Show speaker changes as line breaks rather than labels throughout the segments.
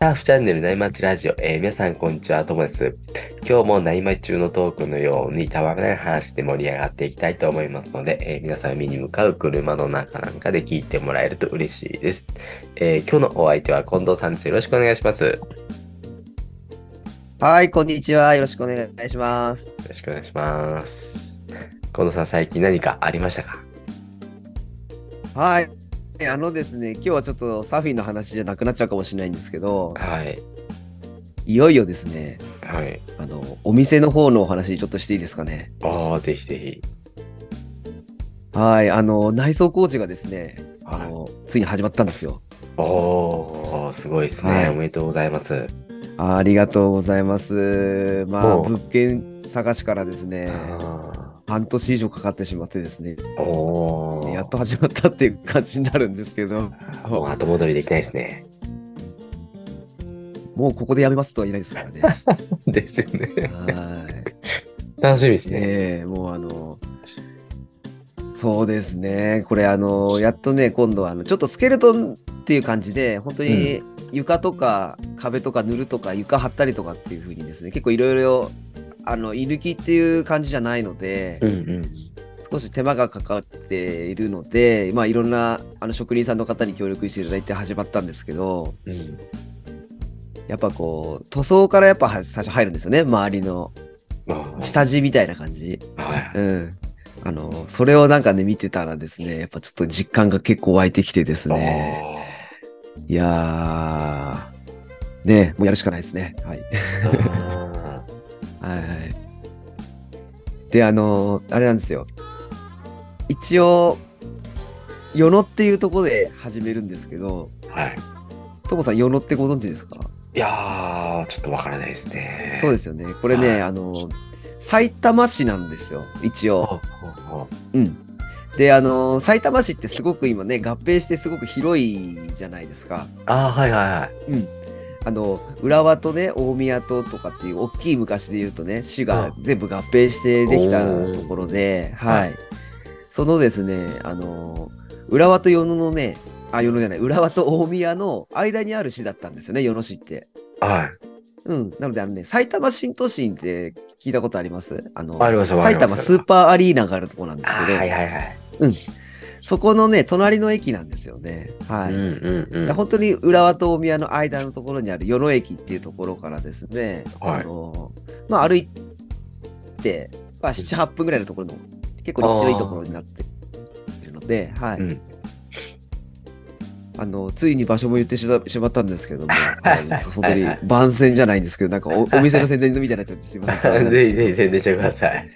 ハーフチャンネル内町ラジオ、えー皆さんこんにちは、ともです。今日も内町中のトークのようにたわらない話で盛り上がっていきたいと思いますので、えー皆さん海に向かう車の中なんかで聞いてもらえると嬉しいです。えー今日のお相手は近藤さんです。よろしくお願いします。よ
はい、こんにちは。よろしくお願いします。
ろしくお願いします。近藤さん最近何かありましたか
はい。えあのですね、今日はちょっとサーフィンの話じゃなくなっちゃうかもしれないんですけど、
はい。
いよいよですね、
はい。
あの、お店の方のお話ちょっとしていいですかね。
ああ、ぜひぜひ。
はい、あの、内装工事がですね、あ
はい、
の、ついに始まったんですよ。
おー、すごいですね、
はい
おめでとうございます。
ありがとうございます。まあ、
おう
物件探しからですね、
あ
半年以上かかってしまってですね、
ーおー。
やっと始まったっていう感じになるんですけど、
もう後戻りできないですね。
もうここでやめますとは言えないですか らね。
ですよね。
はい。
楽しみですね。
ねえもうあのそうですねこれあのやっとね今度はあのちょっとスケルトンっていう感じで本当に床とか壁とか塗るとか床張ったりとかっていう風にですね結構いろいろあの居抜きっていう感じじゃないので、
うんうん。
少し手間がかかっているのでまあいろんなあの職人さんの方に協力していただいて始まったんですけど
うん、
やっぱこう塗装からやっぱは最初入るんですよね周りの
あー
下地みたいな感じ。
はい
うん。あの、それをなんかね、見てたらですね、やっぱちょっと実感が結構湧いてきてですね。いやー、ねもうやるしかないですね。はい。
あー
はいはい。で、あの、あれなんですよ。一応、与野っていうところで始めるんですけど、
はい。
ともさん、与野ってご存知ですか
いやー、ちょっとわからないですね。
そう
で
ですよね。これね、
はい
あの、埼玉市なんですよ、一応。
は
うん。で、あのー、埼玉市ってすごく今ね、合併してすごく広いじゃないですか。
あー、はいはいはい。
うん。あの、浦和とね、大宮ととかっていう大きい昔で言うとね、市が全部合併してできた
おー
ところで、
は
はい。そのですね、あのー、浦和と与野のね、あ、与野じゃない、浦和と大宮の間にある市だったんですよね、与野市って。
はい。
うん。なので、あのね、埼玉新都心って聞いたことありますあの、
ありますあり
埼
ます
玉スーパーアリーナがあるところなんです
あー
けど、
はいはいはい。
そこのね、隣の駅なんですよね。はい。
うんうんうん。
本当に浦和と大宮の間のところにある与野駅っていうところからですね、
はい
あのまあ歩いて、まあ、7、8分ぐらいのところの結構立地のいいところになっているので、はい、
うん
あのついに場所も言ってしましまったんですけども、
はい
あの本当に
はい
番宣じゃないんですけど、なんかおお店の宣伝みたいになっちゃってすいませ んあれなんで
ぜひ
すけど。
ぜひ宣伝してください。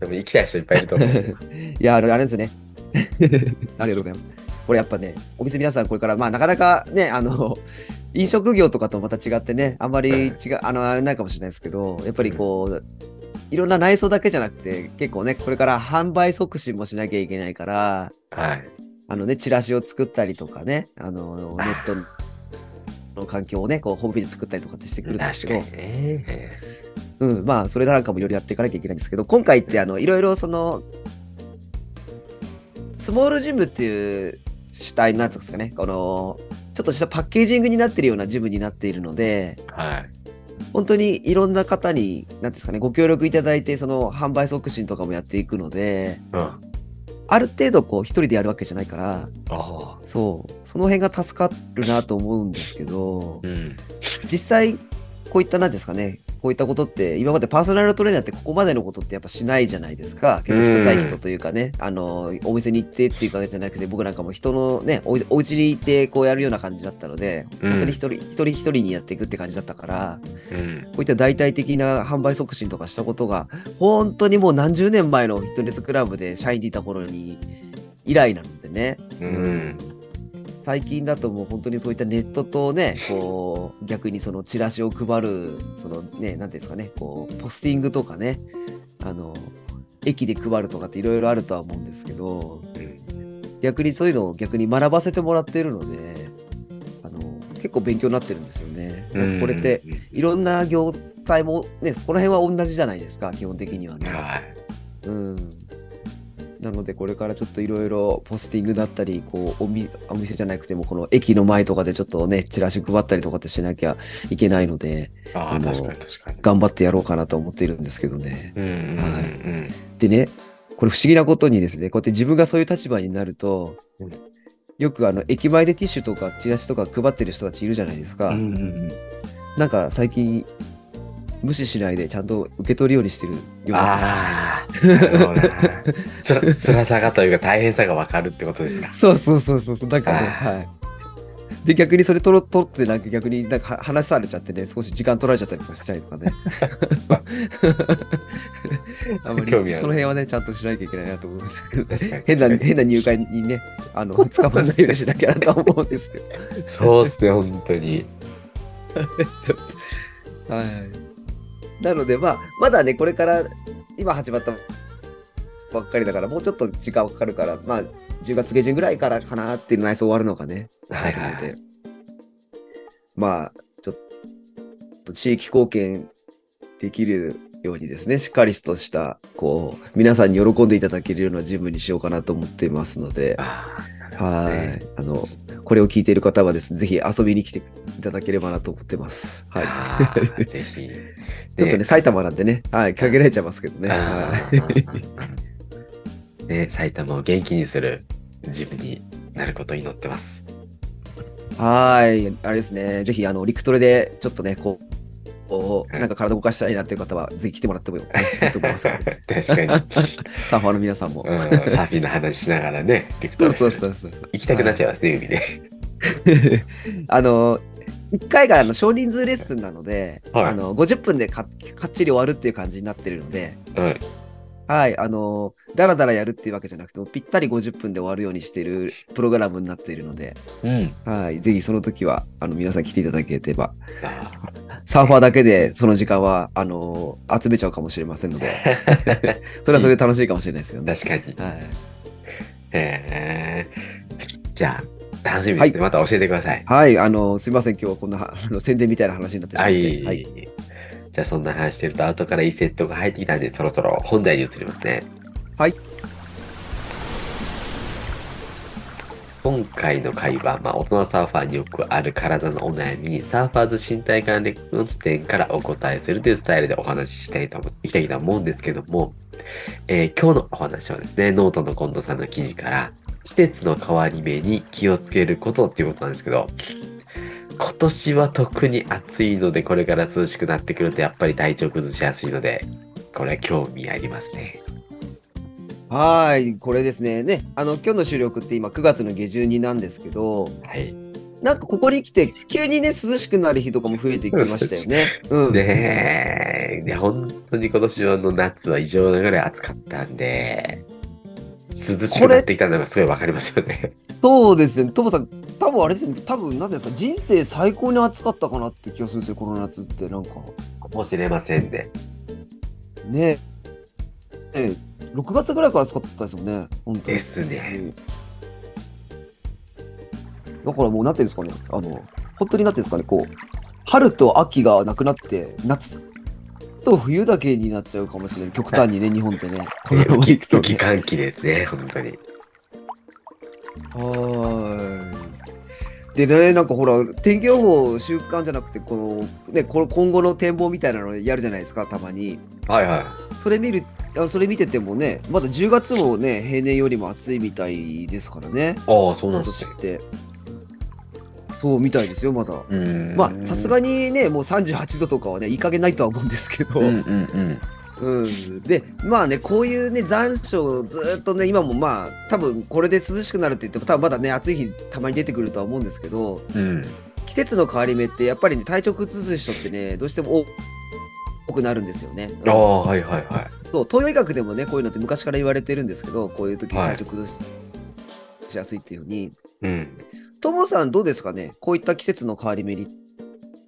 でも行きたい人いっぱいいると思 う。
いや、あれあれですね。 ありがとうございます。これやっぱね、お店皆さんこれから、まあなかなかね、あの、 飲食業とかとまた違ってね、あんまり違う、あの、あれないかもしれないですけど、やっぱりこう、いろんな内装だけじゃなくて、結構ね、これから販売促進もしなきゃいけないから、
はい。
あのね、チラシを作ったりとかね、あの、ネットの環境をね、こう、ホームページ作ったりとかってしてくるんです
確
け
かに
ど、
ね。
うん、まあ、それなんかもよりやっていかなきゃいけないんですけど、今回って、あの、いろいろその、スモールジムっていう主体になってますかね、この、ちょっとしたパッケージングになってるようなジムになっているので、
はい。
本当にいろんな方に、なんていうんですかね、ご協力いただいて、その、販売促進とかもやっていくので、
うん。あ
ある程度、こう、一人でやるわけじゃないから、
あ
そう、その辺が助かるなと思うんですけど
ー。、うん。
実際こういった何ですかねこういったことって今までパーソナルトレーナーってここまでのことってやっぱしないじゃないですか結構人対人というかね、あのお店に行ってっていう感じじゃなくて僕なんかも人のねおお家に行ってこうやるような感じだったので
うん
本当に一人、一人一人にやっていくって感じだったから
うん。
こういった大体的な販売促進とかしたことが本当にもう何十年前のフィットネスクラブで社員でいた頃に以来なのでね
うん。
最近だともう本当にそういったネットとね、こう、逆にそのチラシを配る、そのね、なんていうんですかね、こう、ポスティングとかね、あの、駅で配るとかっていろいろあるとは思うんですけど、逆にそういうのを逆に学ばせてもらってるので、あの、結構勉強になってるんですよね。
うん。
これって、いろんな業態もね、この辺は同じじゃないですか、基本的には
うん。
ね。
はい。
うん。なのでこれからちょっといろいろポスティングだったりこうおみお店じゃなくてもこの駅の前とかでちょっとねチラシ配ったりとかってしなきゃいけないので
あ
あ
あ、
の
確かに確かに。
頑張ってやろうかなと思っているんですけどね。
うんうんうん
でねこれ不思議なことにですねこうやって自分がそういう立場になると
うん
よくあの駅前でティッシュとかチラシとか配ってる人たちいるじゃないですか。
うん。うんうん
なんか最近無視しないでちゃんと受け取るようにしてるようになってます
ああ、なるほどな。つら、辛さがというか大変さがわかるってことですか。
そうそうそうそうそう、なんかね、
あー
はい。で、逆にそれ取ろ取って、なんか逆になんかは話されちゃってね、少し時間取られちゃったりとかしたりとかね。 あんまり、そ
興
の
味ある
辺はね、ちゃんとしなきゃいけないなと思うんですけど。
確かに。
変な、
確かに
変な入会にね、あの、捕まらないようにしなきゃなと思うんですけど。
そうですね、本当に。
はい。なので、まあ、まだね、これから、今始まったばっかりだから、もうちょっと時間かかるから、まあ、10月下旬ぐらいからかなっていう内装終わるのがね、
はいはいはい
でまあ、ちょっと地域貢献できるようにですね、しっかりとした、こう、皆さんに喜んでいただけるようなジムにしようかなと思っていますので、
ああ、
は
ね
い。あの、これを聞いている方はですね、ぜひ遊びに来ていただければなと思ってます。はい。
あーぜひ。
ちょっとね、埼玉なんでね、はい、限られちゃいますけどね。
あ
はい
ーね、埼玉を元気にする自分になることを祈ってます。
はい、あれですね、ぜひ、あの、陸トレで、ちょっとね、こう、こうなんか体動かしたいなっていう方は、ぜひ来てもらってもいいと思いますよ。
確かに。うん、
サーファーの皆さんも。
サーフィンの話しながらね、リクト
そう
レ
そう
ス
そうそう。
行きたくなっちゃいますね、海で。
あの、1回があの少人数レッスンなので、
はい
あの50分でかかっちり終わるっていう感じになってるので、
うん。
はい、あの、だらだらやるっていうわけじゃなくても、ぴったり50分で終わるようにしているプログラムになっているので、
うん。
はい、ぜひその時は、あの、皆さん来ていただければ
あ ー
サーファーだけでその時間は、あの集めちゃうかもしれませんので、 それはそれで楽しいかもしれないですよね。
確かに。
はい、
へえ。じゃあ、楽しみですね。また教えてください。
はい、あのすみません、今日はこんなあの宣伝みたいな話になってしまっ
は
て、
い。
はい、
じゃあ、そんな話してると、後からいいセットが入ってきたんで、そろそろ本題に移りますね。
はい。
今回の会は、まあ、大人サーファーによくある体のお悩みに、サーファーズ身体関連の視点からお答えするというスタイルでお話ししたいと思いきたいと思うんですけども、えー今日のお話はですね、ノートの近藤さんの記事から、季節の変わり目に気をつけることっていうことなんですけど、今年は特に暑いので、これから涼しくなってくると、やっぱり体調崩しやすいので、これ興味ありますね。
はいこれですねねあの、今日の収録って今、9月の下旬になんですけど、
はい。
なんかここに来て、急にね、涼しくなる日とかも増えてきましたよね。うん、
ねえ、ね、本当に今年の夏は異常なぐらい暑かったんで、涼しくなってきたのがすごいわかりますよね。
そうですよね、ともさん、多分あれですね、多分なんですか、人生最高に暑かったかなって気がするんですよ、この夏って、なんか。
かもしれませんね。
ねえ、6月ぐらいから使ってたですよね、本当に
ですね。
うんだからもう、なんていうんですかね、あの、本当になんていうんですかね、こう、春と秋がなくなって、夏と冬だけになっちゃうかもしれない、極端にね、日本ってね、このまま
浮
い
き
くと
浮
ね、
き換気ですね、本当に。
はーい。でね、なんかほら、天気予報、週間じゃなくて、この、ね、この今後の展望みたいなのやるじゃないですか、たまに。
はいはい。
それ見るあそれ見ててもねまだ10月もね平年よりも暑いみたいですからね
ああ、そうなん
今
です
年
ね。
ってそうみたいですよまだ
うーん
まあさすが
に。
にねもう38度とかはねいい加減ないとは思うんですけど、
う
うんん
うんうん。
でまあねこういうね残暑ずっとね今もまあ多分これで涼しくなるって言っても多分まだね暑い日たまに出てくるとは思うんですけど
うん。
季節の変わり目ってやっぱりね体調崩す人ってねどうしても多多くなるんですよね。
ああ、はいはいはい。
そう東洋医学でもねこういうのって昔から言われてるんですけどこういう時に体調崩し,、やすいっていうふうに
うん。
ともさんどうですかねこういった季節の変わり目に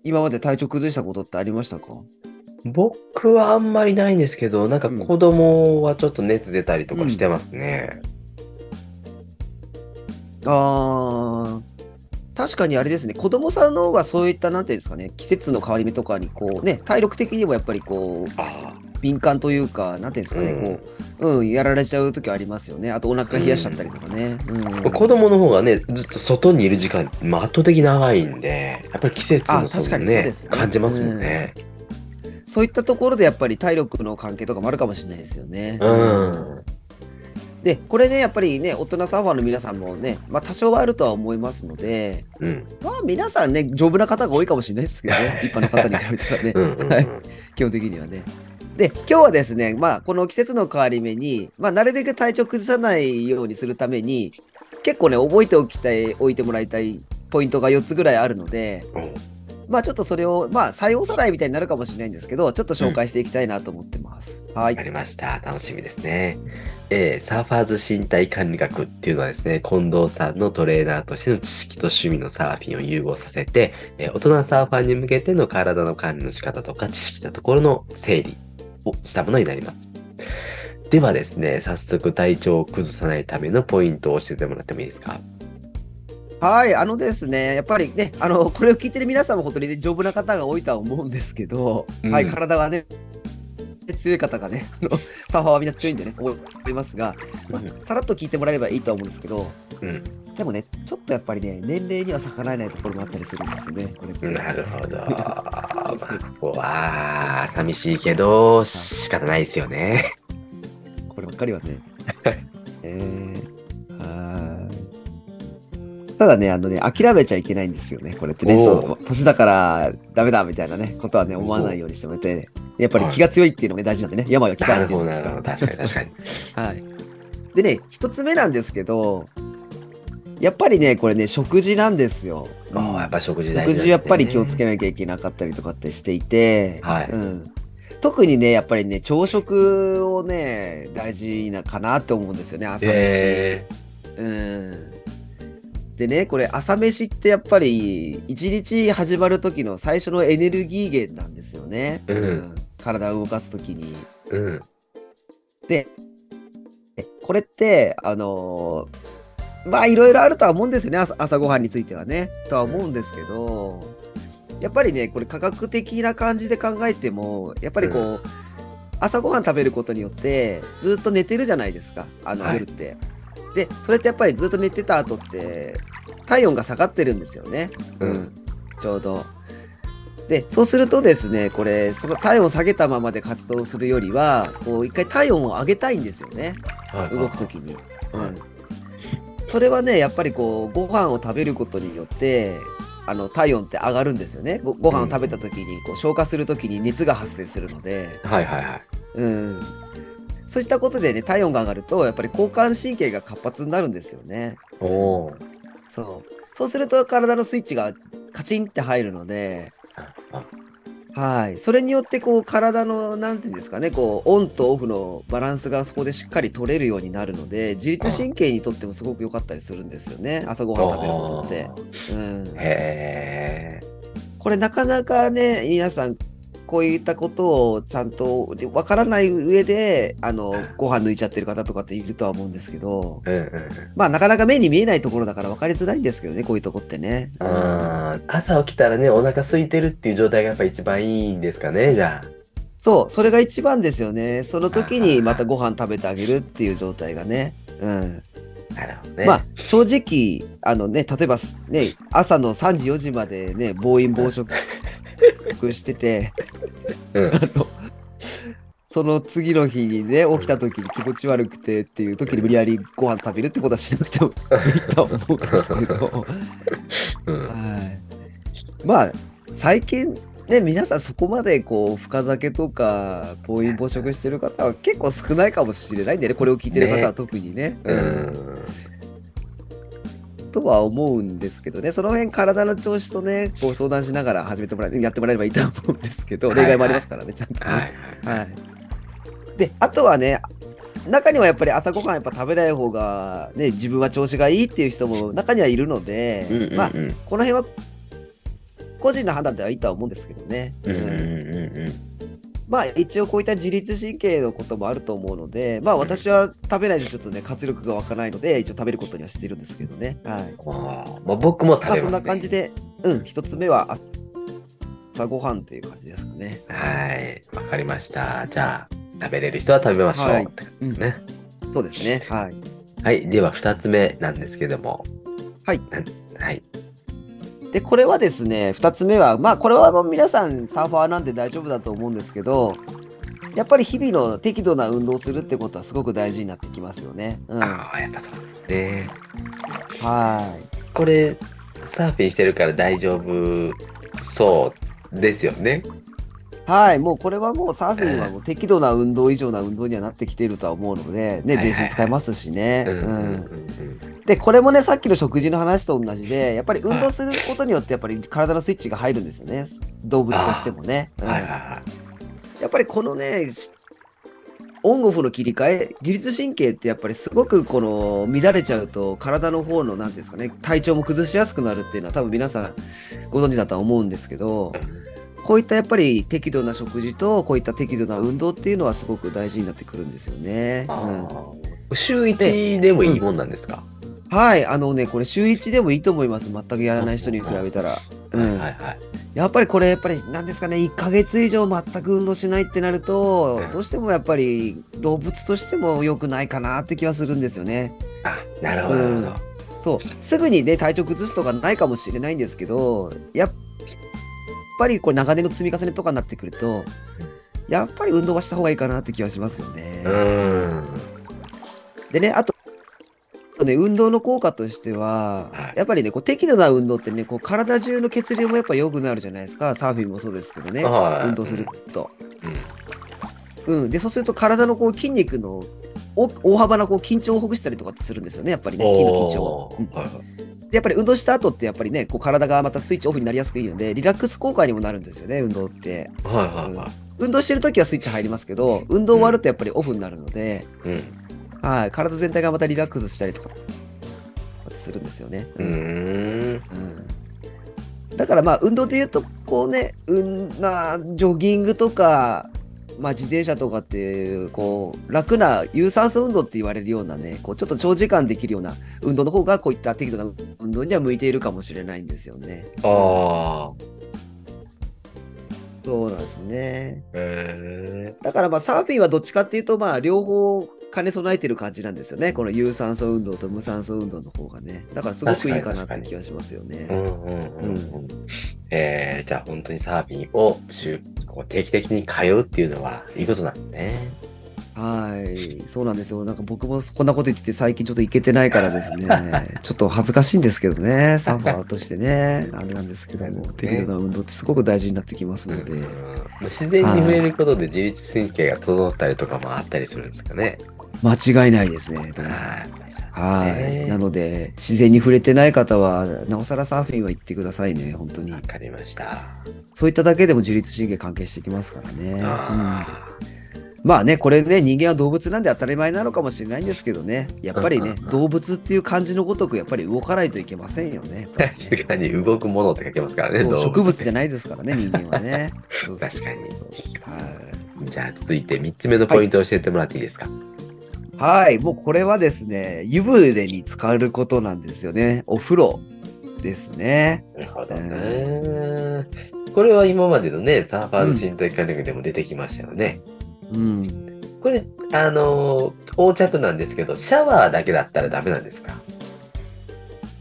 今まで体調崩したことってありましたか
僕はあんまりないんですけど、なんか
うん
子供はちょっと熱出たりとかしてますね。
あー確かにあれですね子供さんの方がそういったなんていうんですかね季節の変わり目とかにこうね体力的にもやっぱりこう
あ
敏感というかなんていうんですかね、
うん
こううん、やられちゃう時はありますよね。あとお腹冷やしちゃったりとかね。うん。
子供の方がね、ずっと外にいる時間、まあ圧倒的に長いんで、やっぱり季節
あ
もそ
確
う
かにそう
ね
ですね
感じますもんね。
そういったところでやっぱり体力の関係とかもあるかもしれないですよね。
うん。
で、これね、やっぱりね、大人サーファーの皆さんもね、まあ多少はあるとは思いますので、
うん。
まあ皆さんね、丈夫な方が多いかもしれないですけどね、一般の方に比べたらね。
うん。うん。
はい基本的にはね。で、今日はですね、まあ、この季節の変わり目に、まあ、なるべく体調崩さないようにするために、結構ね、覚えておきたい、おいてもらいたいポイントが4つぐらいあるので、
うん
まあ、ちょっとそれを、まあ、再おさらいみたいになるかもしれないんですけど、ちょっと紹介していきたいなと思ってます。は
わか
い。
りました。楽しみですね。えーサーファーズ身体管理学っていうのはですね、近藤さんのトレーナーとしての知識と趣味のサーフィンを融合させて、えー大人サーファーに向けての体の管理の仕方とか知識のところの整理をしたものになります。ではですね、早速体調を崩さないためのポイントを教えてもらってもいいですか
はい、あのですね、やっぱりね、あの、 これを聞いてる皆さんも本当にね、丈夫な方が多いとは思うんですけど、
うん
はい、体がね、強い方がね、あの サーファーはみんな強いんでね、思いますが、まあさらっと聞いてもらえればいいとは思うんですけど、
うん。
でもね、ちょっとやっぱりね、年齢には逆らえないところもあったりするんですよね、これって。
なるほど。ここは、寂しいけど、仕方ないですよ ね。
こればっかりはね。 えー、はーいただね、あのね、諦めちゃいけないんですよね、これってね。
おう
そう年だからダメだみたいなね、ことはね、思わないようにしてもらって、やっぱり気が強いっていうのもね、大事なんでね、病は気が
な
ある
る
ってい
ほ
う
ど、
んで
な
す
るほど。
から
確かに、確かに。
はい。でね、一つ目なんですけど、やっぱりね、これね、食事なんですよ。
ああ、やっぱ食事大事なん
食
です、ね。
事やっぱり気をつけなきゃいけなかったりとかってしていて、
はい
うん、特にねやっぱりね朝食をね大事なかなって思うんですよね朝飯、
え
うん、でねこれ朝飯ってやっぱり一日始まる時の最初のエネルギー源なんですよね、
うん
体を動かす時に。
ー、うん。
でえこれってあのーまあいろいろあるとは思うんですよね朝朝ごはんについてはねとは思うんですけどやっぱりねこれ科学的な感じで考えてもやっぱりこう、
う
朝ごはん食べることによってずっと寝てるじゃないですかあの
はい
夜って。でそれってやっぱりずっと寝てた後って体温が下がってるんですよね。
うん。
ちょうど。で、そうするとですね、これ、その体温を下げたままで活動するよりは、こう、一回体温を上げたいんですよね、動くときに。うん。それはね、やっぱりこう、ご飯を食べることによって、あの、体温って上がるんですよね。ごご飯を食べたときに、こう、消化するときに熱が発生するので、
はいはいはい。
うん。そういったことでね、体温が上がると、やっぱり交感神経が活発になるんですよね。
おお。
そう。そうすると、体のスイッチがカチンって入るので、
あ
はい、それによってこう体のなんていうんですかねこうオンとオフのバランスがそこでしっかり取れるようになるので自律神経にとってもすごく良かったりするんですよね朝ごはん食べることって。うん、
へえ。
これなかなかね皆さんこういったことをちゃんとわからない上であのご飯抜いちゃってる方とかっているとは思うんですけど
うんうん。
まあなかなか目に見えないところだから分かりづらいんですけどねこういうとこってね。
あー朝起きたらね、お腹空いてるっていう状態がやっぱ一番いいんですかね、じゃ
そう、それが一番ですよね。その時
はいはいは
に
い
またご飯食べてあげるっていう状態がね。うん。
あ。なるほどね。
まあ、正直、あのね、例えばね、朝の3時、4時までね、暴飲暴食してて、
うん
あの、その次の日にね、起きた時に気持ち悪くてっていう時に無理やりご飯食べるってことはしなくてもいいとは思うんですけ ど。
うん。
はい。まあ最近ね皆さんそこまでこう深酒とか暴飲暴食してる方は結構少ないかもしれないんでねこれを聞いてる方は特にね。
う
うん
ん。
とは思うんですけどねその辺体の調子とねこう相談しながら始めてもらえやってもらえればいいとは思うんですけど
はいはい
例外もありますからねちゃんとね。
はいはい。
はい、であとはね中にはやっぱり朝ごはんやっぱ食べない方がね自分は調子がいいっていう人も中にはいるので、
うんうんうん。
まあこの辺は個人の判断ではいいとは思うんですけどね。
うんうん
う
う
ん
んうん。
まあ一応こういった自律神経のこともあると思うので、まあ私は食べないとちょっとね活力が湧かないので、一応食べることにはしてるんですけどね。はい。
あーまあ、僕も食べ
ま
ま
あ
す、ね。
そんな感じ。で、うん、一つ目はあ朝ごはんっていう感じですかね。
はい。わかりました。じゃあ、食べれる人は食べましょう、
はい
って
うん
ね。
そうですね。はい。
はい。では、二つ目なんですけども。
はい
なん。はい。
で、これはですね、2つ目は、まあ、これはもう皆さんサーファーなんで大丈夫だと思うんですけど、やっぱり日々の適度な運動をするってことはすごく大事になってきますよね。うん。は
ああ、やっぱそうなんですね。
い。
これ、サーフィンしてるから大丈夫そうですよね。
はい。もうこれはもうサーフィンはもう適度な運動以上な運動にはなってきてるとは思うので、ね、
はいはいはい
全身使えますしね。
う
うん
うんうん
ん。
うん。
で、これもね、さっきの食事の話と同じで、やっぱり運動することによって、やっぱり体のスイッチが入るんですよね。動物としてもね。うん
はいはいは
やっぱりこのね、しオンオフの切り替え、自律神経ってやっぱりすごくこの乱れちゃうと、体の方の、なんていうんですかね、体調も崩しやすくなるっていうのは、多分皆さんご存知だとは思うんですけど
い。、
こういったやっぱり適度な食事と、こういった適度な運動っていうのはすごく大事になってくるんですよね。
あ
うん
ー週一でもいいもんなんですか、
はい、あのね、これ週1でもいいと思います。全くやらない人に比べたら。うん
はいはい。
やっぱりこれ、やっぱり何ですかね、1ヶ月以上全く運動しないってなると
うん、
どうしてもやっぱり動物としても良くないかなって気はするんですよね。
あ、なるほどなるほど。
そう、すぐにね、体調崩すとかないかもしれないんですけど、やっぱりこれ長年の積み重ねとかになってくると、やっぱり運動はした方がいいかなって気はしますよね。
うん。
でね、あと、あとね、運動の効果としては、
はい
やっぱりね、こう適度な運動ってね、こう体中の血流もやっぱ良くなるじゃないですか、サーフィンもそうですけどね、
はい
運動すると。
うんうん
うん、で、そうすると体のこう筋肉のお大幅なこう緊張をほぐしたりとかするんですよね、やっぱりね、筋の緊張を
お。
う
ー
ん
はい
でやっぱり運動した後って、やっぱりね、こう体がまたスイッチオフになりやすくいいので、リラックス効果にもなるんですよね、運動って。
はいはいはい。
運動してる時はスイッチ入りますけど、運動終わるとやっぱりオフになるので、
うん。
はい、体全体がまたリラックスしたりとかするんですよね。
うーん。
うんだからまあ運動で言うとこうね、うん、なジョギングとか、まあ、自転車とかっていうこう楽な有酸素運動って言われるようなねこうちょっと長時間できるような運動の方がこういった適度な運動には向いているかもしれないんですよね。
ああ。
そうなんですね。
へえ。
だからまあサーフィンはどっちかっていうとまあ両方兼ね備えてる感じなんですよね。この有酸素運動と無酸素運動の方がね。だからすごくいいかなって気がしますよ
う
ね。
んうんうんうん。えー、じゃあ本当にサーフィンを週こう定期的に通うっていうのはいいことなんですね。
はい。そうなんですよ。なんか僕もこんなこと言ってて最近ちょっと行けてないからです ね。ちょっと恥ずかしいんですけどね。サーファーとして ね。あれなんですけども、適度な運動ってすごく大事になってきますので。
自然に触れることで自律神経が整ったりとかもあったりするんですかね。
間違いないですね。
はい。
はい。
ね
なので、自然に触れてない方は、なおさらサーフィンは行ってくださいね。本当に
わ。かりました。
そういっただけでも自律神経関係してきますからね。うん
あ
まあね、これね、人間は動物なんで当たり前なのかもしれないんですけどね、やっぱり
う
ね
んうんう、ん
動物っていう感じのごとく、やっぱり動かないといけませんよね。
ー確かに動くものって書けますからね、
そう植物じゃ
ゃ
ないですからね、人間はね。 そうそうそう
確かに
はい
じゃあ続いて3つ目のポイントを教えてもらっていいですか。
はい、もうこれはですね、湯船に浸かることなんですよね。お風呂ですね。
なるほどね。これは今までのね、サーファーの身体感力でも出てきましたよね。
うん。
これ、あのー横着なんですけど、シャワーだけだったらダメなんですか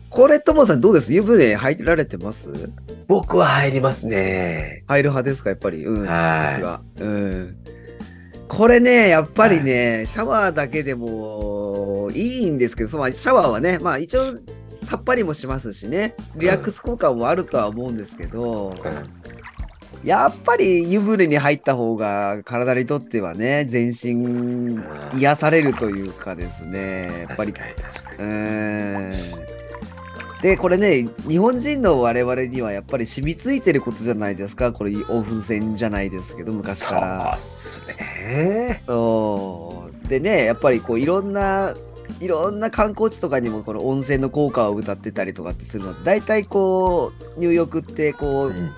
これ、ともさんどうです湯船入られてます
僕は入りますね。
入る派ですかやっぱり。う
は
ん。
い
さすが。うん。これね、やっぱりね、シャワーだけでもいいんですけど、そのまあシャワーはね、まあ一応さっぱりもしますしね、リラックス効果もあるとは思うんですけど、
うん
やっぱり湯船に入った方が体にとってはね、全身癒されるというかですね、やっぱり
確かに確かに
うーんでこれね日本人の我々にはやっぱり染みついてることじゃないですかこれ温風船じゃないですけど昔から。
そうっすね。
そうでねやっぱりこういろんないろんな観光地とかにもこの温泉の効果を歌ってたりとかってするのって大体こう入浴ってこ
うん
う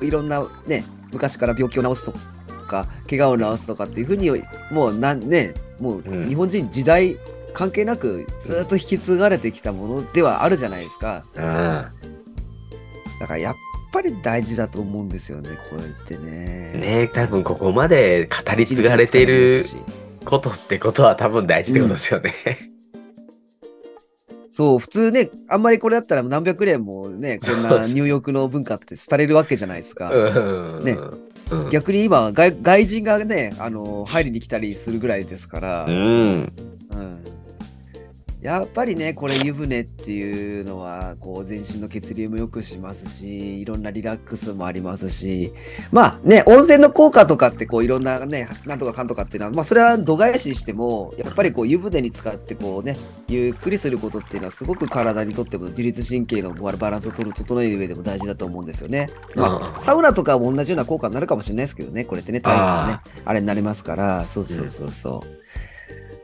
いろんなね昔から病気を治すとか怪我を治すとかっていうふうにもうなんねもう
うん
日本人時代関係なくずっと引き継がれてきたものではあるじゃないですか
うん
だからやっぱり大事だと思うんですよね、これってね。
ね多分ここまで語り継がれてることってことは多分大事ってことですよね。
そう、普通ね、あんまりこれだったら何百年もね、こん
そう
な
です
ニューヨークの文化って廃れるわけじゃないですか。
うん。
ね
うん
逆に今外、外人がね、あの入りに来たりするぐらいですから、
うん。
うんやっぱりね、これ湯船っていうのは、こう全身の血流も良くしますし、いろんなリラックスもありますし、まあね、温泉の効果とかって、こういろんなね、なんとかかんとかっていうのは、まあそれは度外視にしても、やっぱりこう湯船に使ってこうね、ゆっくりすることっていうのは、すごく体にとっても自律神経のバランスを取る、整える上でも大事だと思うんですよね。ま
あ
あ、
あ
サウナとかも同じような効果になるかもしれないですけどね、これってね、体温がね、あれになりますから、そうそうそうそ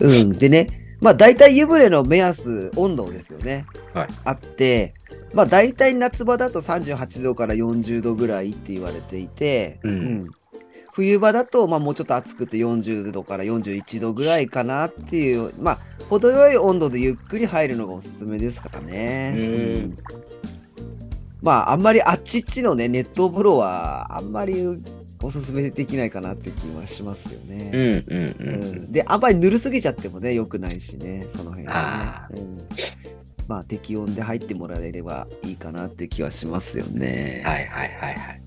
う。うん、でね、まあ大体湯船の目安、温度ですよね。
はい
あって、まあ大体夏場だと38度から40度ぐらいって言われていて、
うん
冬場だと、まあもうちょっと暑くて40度から41度ぐらいかなっていう、まあ程よい温度でゆっくり入るのがおすすめですからね。
うん
うんまああんまりあっちっちのね、熱湯風呂はあんまりおすすめできないかなって気はしますよね。
うんうんう。
うんんであんまりぬるすぎちゃってもね良くないしねその辺は
あ
ね、うんまあ適温で入ってもらえればいいかなって気はしますよね、
はいはいはいはい。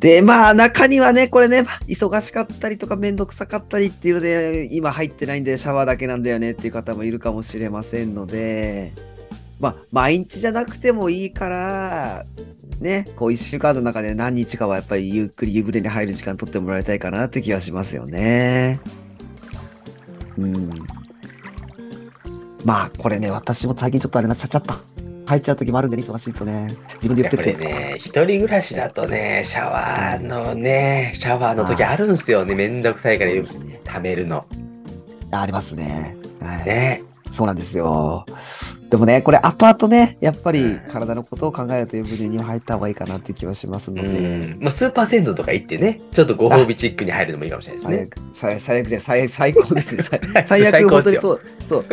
でまあ中にはねこれねまあ忙しかったりとか面倒くさかったりっていうので今入ってないんでシャワーだけなんだよねっていう方もいるかもしれませんのでまあ毎日じゃなくてもいいからねこう1週間の中で何日かはやっぱりゆっくり湯船に入る時間取ってもらいたいかなって気がしますよね。うんまあこれね私も最近ちょっとあれなちゃちゃっと入っちゃう時もあるんで、ね、忙しいとね自分で
や
言
っ
って
ぱ
て
りね、一人暮らしだとね、シャワーのね、シャワーの時あるんすよね。めんどくさいから
そうですね
溜めるの。
ありますね。はい
ね。
そうなんですよ。でもね、これ後々ね、やっぱり体のことを考えるという部分には入った方がいいかなって気はしますの
う
で、
ん。まあ、スーパー銭湯とか行ってね、ちょっとご褒美チックに入るのもいいかもしれない
最
ですね。
悪、最最悪じゃない最最高ですね。 最最
最
悪、
高で
本当
す
に
よ
そう、そう、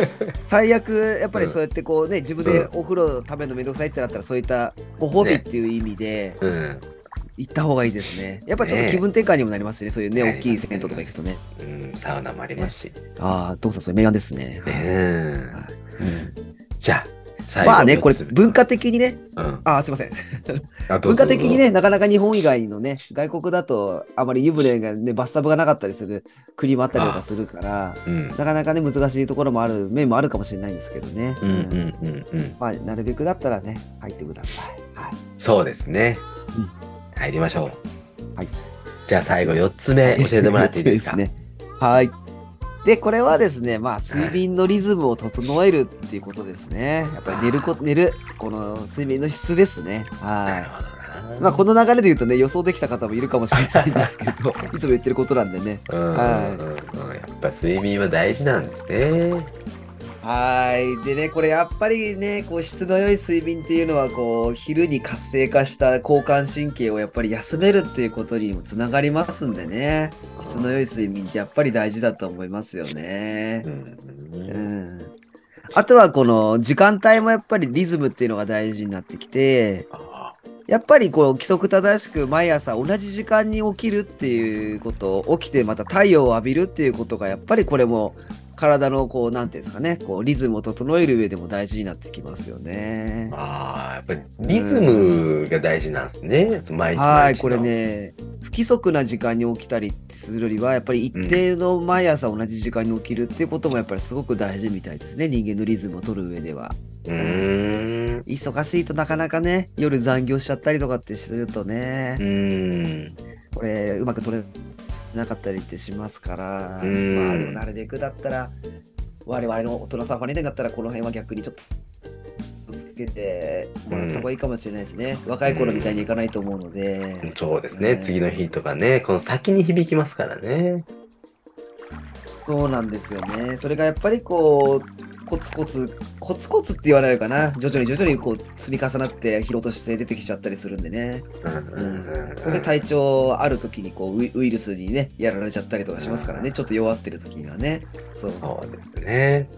最悪、やっぱり
うん
そうやってこうね、自分で
う
お風呂食べるのめんどくさいってなったら、そういったご褒美っていう意味で、
うん。
行った方がいいですね。やっぱちょっと
ね
気分転換にもなりますしね、そういうね、
なります
大きい銭湯とか行くとね。
うん、サウナもありますし。
ああ、どうぞ、それ、名案ですね。
うん。
うん
じゃあ、最後
まあね、これ、
六つ目
文化的にね、
うん
ああ、すいません。
あどう
文
ぞ
化的にね、なかなか日本以外のね、外国だとあまり湯船がね、バスタブがなかったりする国もあったりとかするから、
どうぞうん。
なかなかね、難しいところもある、面もあるかもしれないんですけどね。
うんうんうんうん。
まあ、なるべくだったらね、入ってください。はい。
そうですね
うん。
入りましょう。
はい。
じゃあ最後4つ目教えてもらっていい ですか
ね。はい。で、これはですね、まあ、睡眠のリズムを整えるっていうことですね。やっぱり寝ること、寝る、この睡眠の質ですね。は
ないる。ほどな。
まあ、この流れで言うとね、予想できた方もいるかもしれないんですけど、 いつも言ってることなんでね。
うんうんうんやっぱ睡眠は大事なんですね。
はい。でね、これやっぱりね、こう質の良い睡眠っていうのは、こう、昼に活性化した交感神経をやっぱり休めるっていうことにもつながりますんでね。質の良い睡眠ってやっぱり大事だと思いますよね
う。
うんん。あとはこの時間帯もやっぱりリズムっていうのが大事になってきて、
あ
やっぱりこう規則正しく毎朝同じ時間に起きるっていうこと起きてまた太陽を浴びるっていうことがやっぱりこれも体のこうなんていうんですかねこうリズムを整える上でも大事になってきますよね。
あー、やっぱりリズムが大事なんですね。毎日
はいこれ。ね不規則な時間に起きたりするよりはやっぱり一定の毎朝同じ時間に起きるっていうこともやっぱりすごく大事みたいですね人間のリズムを取る上では。
毎日のうーん。
忙しいとなかなかね夜残業しちゃったりとかってしてるとね。
うん。
これうまく取れなかったりってしますから、
うん
まあでもなるべくだったら我々の大人さんファニーだったらこの辺は逆にちょっとつけてもらった方がいいかもしれないですね、若い頃みたいにいかないと思うので、
そうです
う
ね。
ん
次の日とかね、この先に響きますからね。
そうなんですよねそれがやっぱりこうコツコツ、コツコツって言わないのかな。徐々に徐々にこう積み重なって疲労として出てきちゃったりするんでね。
うん
うん。それで体調ある時にこうウイウイルスにね、やられちゃったりとかしますからね。ちょっと弱ってる時にはね。そう。
そうですね。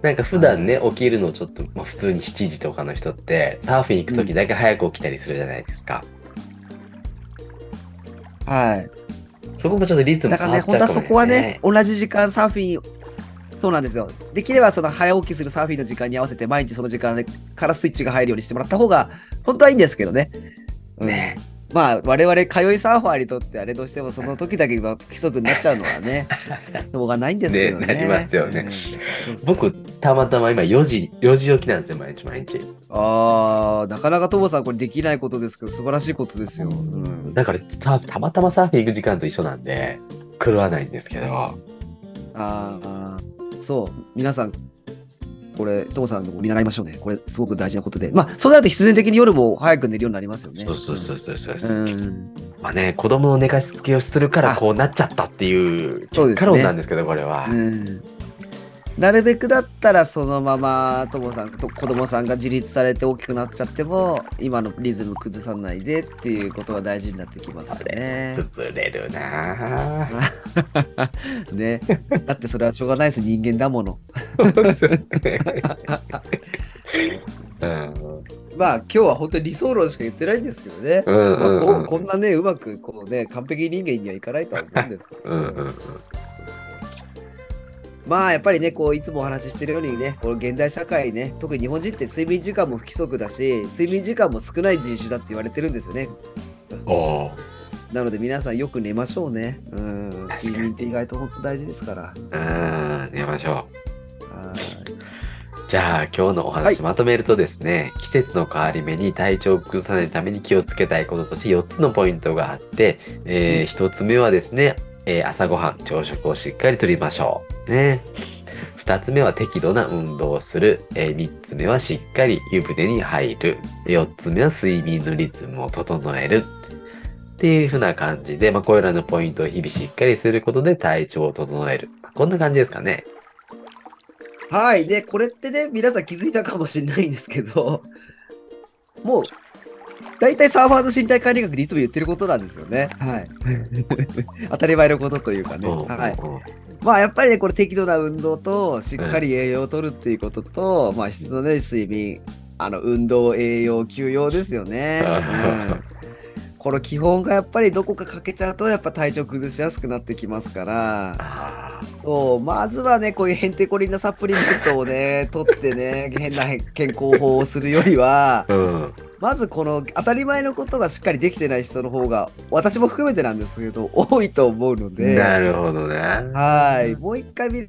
なんか普段ね、起きるのちょっと、まあ、普通に7時とかの人って、サーフィン行く時だけ早く起きたりするじゃないですか。
はい。
そこもちょっとリズム
だか
変
ら
わっ
ね、
ち
本
ゃう
当
か
は
も
そこはね
ね、。
同じ時間サーフィン、そうなんですよ。できればその早起きするサーフィンの時間に合わせて、毎日その時間からスイッチが入るようにしてもらった方が、本当はいいんですけどね。うん、
ね
まあ、我々、通いサーファーにとってあれどうしてもその時だけが不規則になっちゃうの はね、しょうがないんですけどね。
ねなりますよね
うんそうそう
僕、たまたま今4時、4時起きなんですよ、毎日毎日。
ああ、なかなかともさん、これできないことですけど、素晴らしいことですよ。うん、
だからサーフたまたまサーフィン行く時間と一緒なんで狂わないんですけど
ああ、そう、皆さん、これ、ともさんの見習いましょうね。これ、すごく大事なことで。まあ、そうなると必然的に夜も早く寝るようになりますよね。
そうそうそうそうそう、
うん。うん
まあね子供の寝かしつけをするから
あ
こうなっちゃったっていう
そう
結
です
果
ね
論なんですけどこれは、
うんなるべくだったらそのままともさんと子供さんが自立されて大きくなっちゃっても今のリズム崩さないでっていうことが大事になってきますよね。
崩れるな ぁ
ねだってそれはしょうがないです人間だもの。
そうですねうん
まあ今日は本当に理想論しか言ってないんですけどね。
うんうんう
まあこ
ん
うこんなねうまくこうね完璧人間にはいかないとは思うんですけど、
うんうんうん
まあやっぱりねこういつもお話ししてるようにねこの現代社会ね特に日本人って睡眠時間も不規則だし睡眠時間も少ない人種だって言われてるんですよね
おー
なので皆さんよく寝ましょうねうん
かに
睡眠って意外と本当大事ですから
うん寝ましょう
は
じゃあ今日のお
は
話
い
まとめるとですね、季節の変わり目に体調を崩さないために気をつけたいこととして4つのポイントがあって、え1つ目はですね、えー朝ごはん朝食をしっかりとりましょう。ね。2つ目は適度な運動をする、え3つ目はしっかり湯船に入る4つ目は睡眠のリズムを整えるっていう風な感じで、まあ、これらのポイントを日々しっかりすることで体調を整えるこんな感じですかね。
いはいでこれってね皆さん気づいたかもしれないんですけどもう大体サーファーの身体管理学でいつも言ってることなんですよねはい 当たり前のことというかね
うん
はい
うんうん
まあやっぱりねこれ適度な運動としっかり栄養を取るっていうことと、まあ質のね睡眠あの運動栄養休養ですよね、うんこの基本がやっぱりどこか欠けちゃうとやっぱ体調崩しやすくなってきますから
あー
そうまずはねこういうへんてこりんなサプリメントをね取ってね変な健康法をするよりは
うん。
まずこの当たり前のことがしっかりできてない人の方が私も含めてなんですけど多いと思うので。
なるほどね。
はい、もう一回見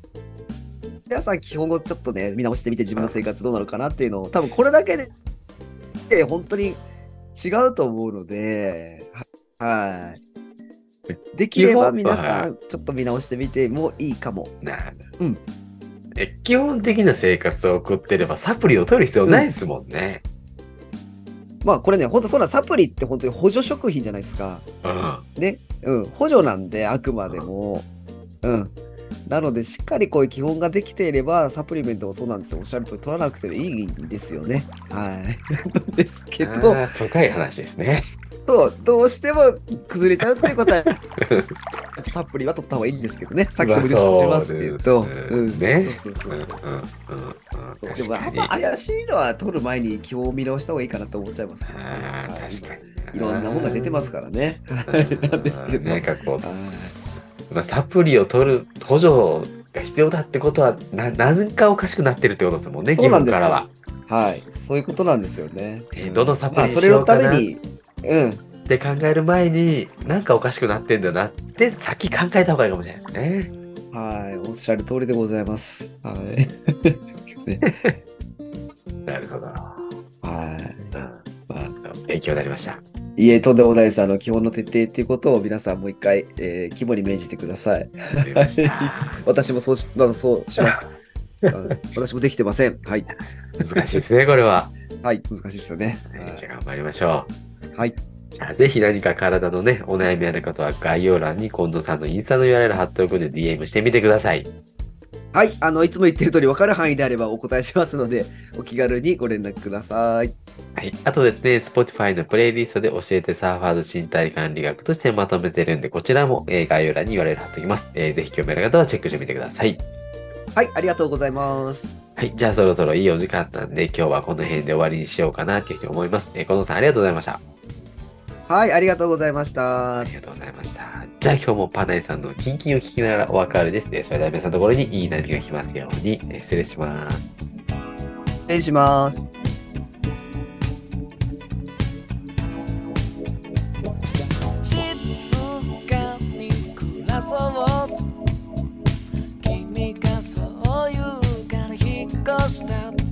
皆さん基本をちょっとね見直してみて自分の生活どうなのかなっていうのを多分これだけでで本当に違うと思うのでははいできれ
基
ば
本
皆
は
さんちょっと見直してみてもいいかも
なるほど
うん
え基本的な生活を送ってればサプリを取る必要ないですもんね。
まあこれね本当そうなんサプリって本当に補助食品じゃないですか
うん。
ね、うん、補助なんであくまでも、うん、なのでしっかりこういう基本ができていればサプリメントもそうなんですよおっしゃるとり取らなくてもいいんですよねはい なんですけど
あー深い話ですね。
そうどうしても崩れちゃうっていうことは サプリは取った方がいいんですけどねさっきも言ってますけど
まあそうです
うん
ね
そうそう
うんうん
そうそう
うんうん。
で
確
も
か
あん
に。
ま怪しいのは取る前に基本を見直した方がいいかなと思っちゃいますけどね
あー
はい
確かに。
いろんなものが出てますからね
う
はい
ん。
なんですけど
なんかこ
は
う、まあ、サプリを取る補助が必要だってことはななんかおかしくなってるってことですもんね、
そう
義
なん
務
です
か
よ
らは。
はい、そういうことなんですよね。
えーどのサプリ
まあ
に
そ
し
れ
よ
の
うか
た
な
めに、うん、
って考える前になんかおかしくなってんだなって先考えた方がいいかもしれないですね。
はい、おっしゃる通りでございます。はい。 ね、
なるほど。
はい。まあ、
勉強になりました。
いえ、とんでもないです。あの、基本の徹底っていうことを皆さんもう一回、えー、肝に銘じてください。
わかりました
私もそうし、まあ、そうし ます。うん私もできてません。はい。
難しいですね、これは。
はい、難しいですよね。
じゃあ頑張りましょ
はい。
う。じゃあぜひ何か体のね、お悩みある方は概要欄に近藤さんのインスタの URL 貼っておくんで DM してみてください。
はい、あの、いつも言ってる通り分かる範囲であればお答えしますので、お気軽にご連絡ください。
はい。あとですね、Spotify のプレイリストで教えてサーファーズ身体管理学としてまとめてるんで、こちらもえー概要欄に URL 貼っておきます。えーぜひ興味ある方はチェックしてみてください。
はい、ありがとうございます。
はい。じゃあそろそろいいお時間なんで、今日はこの辺で終わりにしようかなっていうふうに思います。えー、近藤さんありがとうございました。
はい、ありがとうございました
あ。りがとうございました。じゃあ今日もパナイさんのキンキンを聞きながらお別れです。えーそれでは皆さんのところにいい波が来ますように、えー失礼します。
失礼します。
静かに暮らそう君がそう言うから引っ越したって